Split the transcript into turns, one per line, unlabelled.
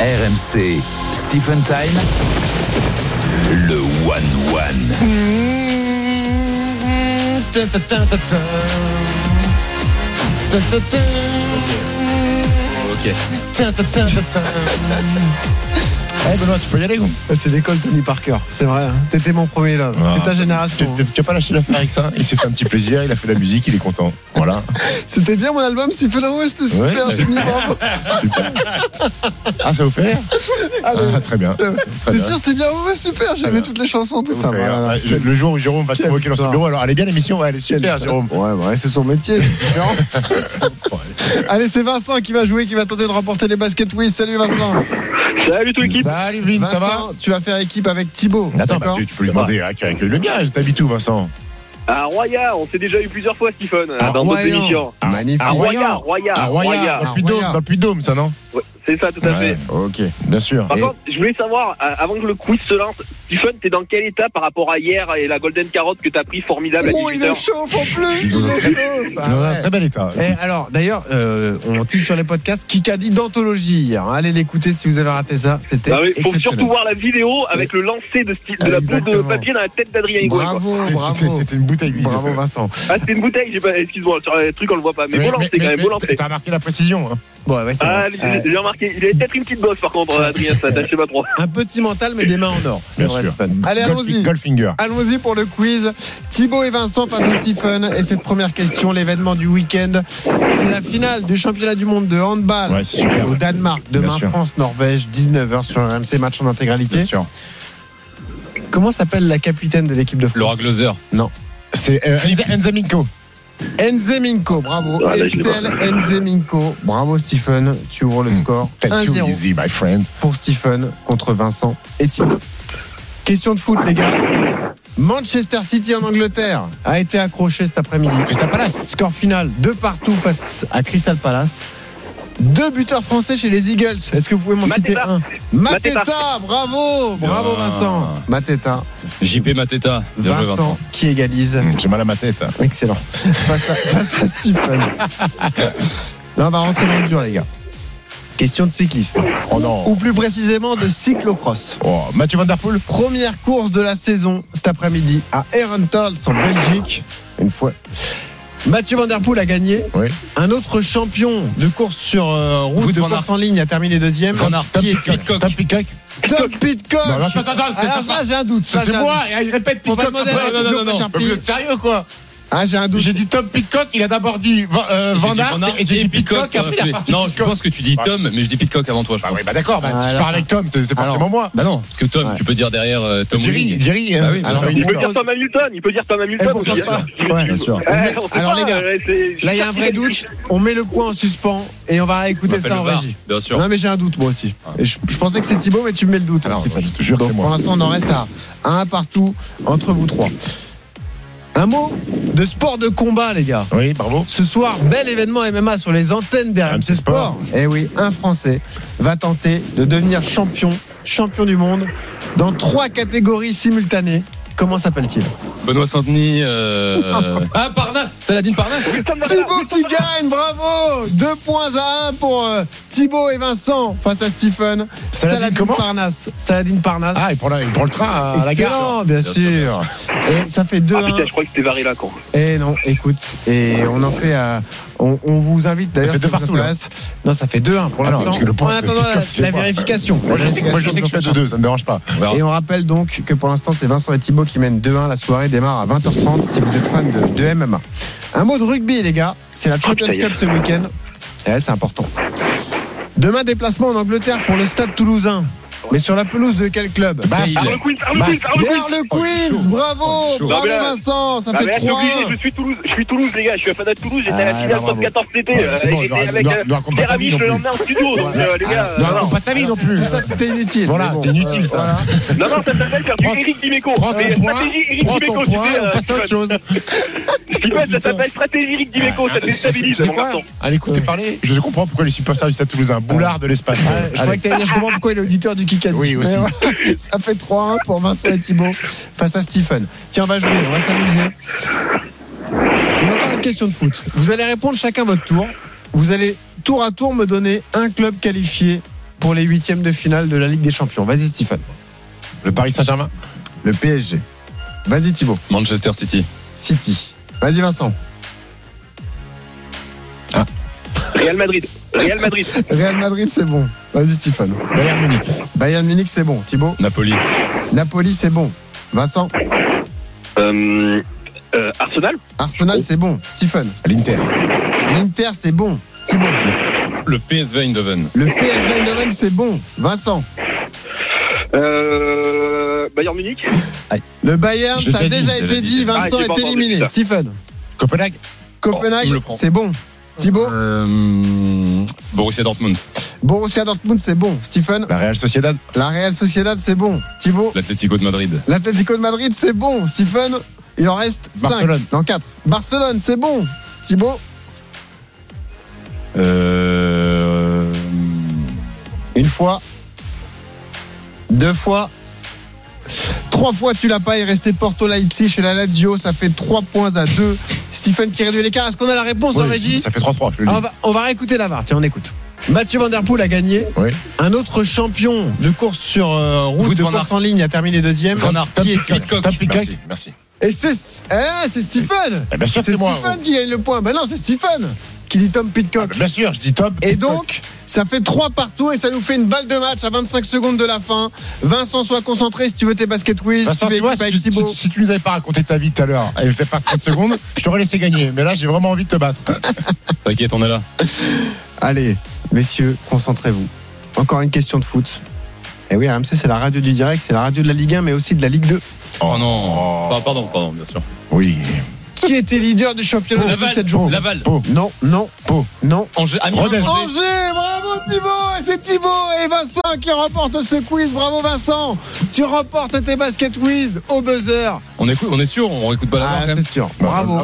RMC, Stephen Time, le One One.
Ok.
Eh Benoît, tu peux y aller ou
Ouais, C'est l'école Tony Parker, c'est vrai. hein. T'étais mon premier love.
Ah,
C'était ta
Tu
génération.
tu- tu as pas lâché l'affaire avec ça Il s'est fait un petit plaisir, il a fait la musique, il est content. Voilà.
C'était bien mon album Stephen Howe, c'était super.
Ouais.
Tony, bravo.
Super. Ah, ça vous fait rire
Allez.
Ah, Très bien. Très
T'es
bien.
sûr, c'était bien Ouais, super.
Très
J'aimais
bien.
toutes les chansons,
Ça
tout
vous
ça.
fait
voilà.
rire. Ah, je- Le jour où Jérôme va te
Quelle
provoquer dans son
histoire.
bureau, alors elle est bien l'émission Ouais, elle est super,
Quelle-
Jérôme.
Ouais, bah, ouais, c'est son métier. c'est différent. Allez, c'est Vincent qui va jouer, qui va tenter de remporter les baskets. Oui, salut Vincent.
Salut tout l'équipe
Salut Vin, ça va
Vincent, Tu vas faire équipe avec Thibaut.
Attends, bah,
d'accord
tu, tu peux lui demander à qui accueille le mien, t'habites où Vincent
À Roya, on s'est déjà eu plusieurs fois Stephen euh,
À
Ah, dans notre
Ah, Royan.
émission.
Magnifique.
Ah, Royan.
Roya, Roya,
À Roya,
Roya.
dans le Puy-de-Dôme,
Roya.
dans le Puy-de-Dôme, ça non
Ouais, c'est ça tout à
Ouais,
fait.
Ok, bien sûr.
Par
Et-
contre, je voulais savoir, euh, avant que le quiz se lance, Stephen, t'es dans quel état par rapport à hier et la golden carotte que t'as pris formidable à
Oh, il est
18h
chaud en plus. Il est chaud.
dans un très bel état.
Et Ah, Eh, alors, d'ailleurs, euh, on tisse sur les podcasts. Kikadi d'anthologie hier. hein. Allez l'écouter si vous avez raté ça. C'était
Ah oui, faut
exceptionnel.
surtout voir la vidéo avec le lancer de, Steve- de la boule de
Exactement.
papier dans la tête d'Adrien Gouet. quoi.
Bravo,
C'était- C'était
bravo.
c'était une bouteille vide.
Bravo Vincent.
Ah, c'était une bouteille, j'ai pas, excuse-moi, sur le truc on le voit pas, mais
Mais-
bon lancer
mais-
quand même,
mais
beau lancer.
T'as remarqué la précision. hein.
Bon, Euh, ouais, c'est
Ah,
bon.
j'ai j'ai remarqué, il avait peut-être une petite bosse par contre, euh, Adrien, ça, je sais pas trop.
Euh, un petit mental, mais des mains en or. C'est
Bien
vrai,
sûr.
Stéphane. Allez,
Goldfi-
allons-y.
Goldfinger.
Allons-y pour le quiz. Thibaut et Vincent face à Stephen. Et cette première question, l'événement du week-end, c'est la finale du championnat du monde de handball
Ouais, c'est super.
au Danemark. Demain,
Bien sûr.
France-Norvège, 19h sur RMC, match en intégralité.
Bien sûr.
Comment s'appelle la capitaine de l'équipe de
Laura
France
Gloser.
C'est euh, Enza- Enzaminko.
Enzeminko, bravo.
Ah, là, je l'ai
Estelle Enzeminko. Bravo, Stephen. Tu ouvres
Hmm.
le score.
Thank you
1-0
easy, my friend.
pour Stephen contre Vincent et Thibaut. Question de foot, les gars. Manchester City en Angleterre a été accroché cet après-midi.
Crystal Palace.
Score final, deux partout face à Crystal Palace. Deux buteurs français chez les Eagles. Est-ce que vous pouvez m'en
Mateta.
citer un
Mateta.
Mateta, bravo Bravo
Ah.
Vincent Mateta,
JP Mateta. Bien joué,
Vincent
Vincent.
qui égalise.
Hum, J'ai mal à ma tête.
Excellent. Face à, face à Stephen. Là, on va rentrer dans le dur, les gars. Question de cyclisme.
Oh non.
Ou plus précisément de cyclocross.
Oh, Mathieu Van Der Poel.
Première course de la saison cet après-midi à Herentals en Belgique. Une fois. Mathieu Van Der Poel a gagné.
Oui.
Un autre champion de course sur euh, route,
Wout
de
van
course en ligne a terminé deuxième.
Van Aert.
Qui est
Pitcock.
Tom Pitcock.
Tom Pitcock
Non, attends, attends, attends, c'est
Alors
sympa.
là, j'ai un doute. Ah, Ça, j'ai
C'est
un
moi.
doute.
et Il répète
On va
Pitcock.
demander à
après,
la
Non, non,
vidéo,
non, non.
Charpie.
Vous êtes sérieux, quoi
Ah, j'ai un doute.
J'ai dit Tom Pitcock. Il a d'abord dit Van euh, Van Aert et j'ai dit Pitcock. Après, il a parti
hein. Non, je
Pitcock.
pense que tu dis Tom, mais je dis Pitcock avant toi, je
Bah
pense.
oui, bah d'accord. bah,
Ah,
Si je
là,
parle
ça.
avec Tom, c'est c'est forcément moi.
Bah non, parce que Tom,
Ouais.
tu peux dire derrière euh, Tom
Jerry,
Willing.
Jerry,
Bah
hein.
oui, bien
Alors,
sûr.
Il peut
il-
dire Tom Hamilton, il peut dire Tom
Et
Hamilton.
Eh, pourquoi
aussi, hein.
pas Ouais.
Bien sûr.
Eh, on sait
Alors,
pas,
les gars,
euh, c'est-
Là, il y a un vrai doute. On met le point en suspens et on va
On
écouter
appelle
ça en
le VAR,
régie.
Bien sûr.
Non, mais j'ai un doute, moi aussi.
Ah.
Et je, je pensais que c'était Thibaut, mais tu me mets le doute,
Alors,
Stéphane.
je te jure,
Donc,
c'est
pour
moi.
l'instant, on en reste à un partout entre vous trois. Un mot de sport de combat, les gars.
Oui, bravo.
Ce soir, bel événement MMA sur les antennes d'RMC
RMC Sport.
Sport. Eh oui, un Français va tenter de devenir champion, champion du monde, dans trois catégories simultanées. Comment s'appelle-t-il
Benoît Saint-Denis. euh, Ah, Parnasse Saladin Parnasse
Christophe Lambert.
Thibaut qui gagne, bravo Deux points à un pour euh, Thibaut et Vincent face à Stephen.
Saladin comment
Parnasse. Saladine Parnasse.
Ah, il prend, la- il prend le train à, la gare.
Excellent, bien
Bien sûr,
sûr. Et ça fait 2
Ah putain, je crois que c'était Varela con.
Et non, écoute, et on en fait à. On, on vous invite d'ailleurs.
fait deux
vous
partout, là.
intéresse. Non, ça fait 2-1 pour
Ah non,
l'instant.
parce que le
En
point de
attendant la,
Pitcock, c'est
la
moi.
vérification.
Moi, je sais, moi, je sais que je suis à 2-2, ça me dérange pas.
Alors,
Et on rappelle donc que pour l'instant, c'est Vincent et Thibaut qui mènent 2-1. La soirée démarre à 20h30 si vous êtes fan de, de MMA. Un mot de rugby, les gars. C'est la Champions
putain,
Cup ce week-end. Et ouais, c'est important. Demain, déplacement en Angleterre pour le stade toulousain. Mais sur la pelouse de quel club
Bah,
Saïd.
Arle Queens, Arle Queens, Arle Queens.
Oh,
le
il est
Queens,
chaud.
bravo,
il est chaud.
bravo
Non, mais là-
Vincent, ça
Ah,
fait
mais là, je suis
3
obligé, je suis Toulouse, je suis Toulouse les gars, je suis un fan de Toulouse, j'étais à
Ah,
la finale
bah,
top
bravo.
14 l'été,
Ouais, c'est
euh,
bon,
j'étais
on doit-
avec
on doit-
euh,
on doit raconter
Pierre
ta vie
Amiche
non
le
plus. Ah,
lendemain en studio, donc euh, les gars, euh,
Non,
non,
non, pas ta vie non plus.
Tout ça c'était inutile.
Voilà,
mais
c'est inutile, ça.
voilà.
non, non, ça s'appelle faire du
Prends-
Eric Dimeco,
Prends
mais
ton point,
stratégie Eric
prends
Dimeco,
ton
tu
point,
sais,
on
euh,
passe à autre chose. Ah,
Stephen, ça s'appelle stratégie Eric Dimeco, ça te déstabilise
C'est
mon
quoi
garçon.
Allez, écoutez
Ouais.
parler. Je comprends pourquoi les supporters du Stade Toulousain, boulard de l'Espagne.
Je crois que t'allais dire, je comprends pourquoi il est auditeur du Kikadi.
Oui, aussi.
Mais voilà, ça fait 3-1 pour Vincent et Thibaut face à Stephen. Tiens, on va jouer, on va s'amuser. On a encore une question de foot. Vous allez répondre chacun votre tour. Vous allez tour à tour me donner un club qualifié pour les huitièmes de finale de la Ligue des Champions. Vas-y, Stephen.
Le Paris Saint-Germain.
Le PSG. Vas-y, Thibaut.
Manchester City.
City. Vas-y, Vincent.
Real Madrid. Real Madrid.
Real Madrid, c'est bon. Vas-y, Stephen.
Bayern Munich.
Bayern Munich, c'est bon. Thibaut.
Napoli.
Napoli, c'est bon. Vincent.
Euh, euh, Arsenal.
Arsenal, c'est bon. Stephen.
L'Inter.
L'Inter, c'est bon. Thibaut.
Le PSV Eindhoven.
Le PSV Eindhoven, c'est bon. Vincent.
Euh, Bayern Munich.
Le Bayern,
Je
ça a
l'ai dit,
déjà
je
été
l'ai
dit.
dit.
Ah,
Vincent
c'est
est
pas encore
éliminé.
dit, ça.
Stephen.
Copenhague.
Copenhague,
il me le prend.
c'est bon. Thibaut.
Euh, Borussia Dortmund.
Borussia Dortmund, c'est bon. Stephen.
La Real Sociedad.
La Real Sociedad, c'est bon. Thibaut.
L'Atlético de Madrid.
L'Atlético de Madrid, c'est bon. Stephen. Il en reste 5.
Barcelone.
Non, 4. Barcelone, c'est bon. Thibaut.
Euh,
Une fois. Deux fois. Trois fois, tu l'as pas. Il restait Porto Leipzig et la Lazio. Ça fait 3 points à 2. Stephen qui réduit l'écart. Est-ce qu'on a la réponse en
ouais,
régie
ça fait 3-3, je le dis.
Alors, Ah, on, va, on va réécouter la VAR. Tiens, on écoute. Mathieu Van Der Poel a gagné.
Oui.
Un autre champion de course sur euh, route,
Wout
de
van
course en ligne, a terminé deuxième.
Van Aert.
Qui est-il
Pitcock.
Top Pitcock.
Merci, merci.
Et c'est eh, c'est Stephen.
Eh bien sûr,
C'est
c'est moi. oh.
Stephen qui gagne le point. Ben non, c'est Stephen qui dit Tom Pitcock.
Bien sûr, je dis top.
Et donc, ça fait 3 partout et ça nous fait une balle de match à 25 secondes de la fin. Vincent, sois concentré si tu veux tes basket quiz.
Vincent,
tu fais
tu vois, si
équipe avec
tu,
Thibaut.
si- si tu nous avais pas raconté ta vie tout à l'heure, elle fait partie de secondes, je t'aurais laissé gagner. Mais là, j'ai vraiment envie de te battre.
T'inquiète, on est là.
Allez, messieurs, concentrez-vous. Encore une question de foot. Et oui, RMC, c'est la radio du direct, c'est la radio de la Ligue 1, mais aussi de la Ligue 2.
Oh non. Enfin, pardon, pardon, bien sûr.
Oui.
Qui était leader du championnat de foot
Laval.
cette journée
Laval.
Pau.
Non, non,
Pau.
non.
Angers. Amiens,
Rodez.
Angers.
Angers, bravo Thibaut Et c'est Thibaut et Vincent qui remportent ce quiz. Bravo Vincent Tu remportes tes basket quiz au buzzer.
On, écoute, on est sûr, on écoute pas la
Ah,
barre quand même.
c'est sûr. Bravo.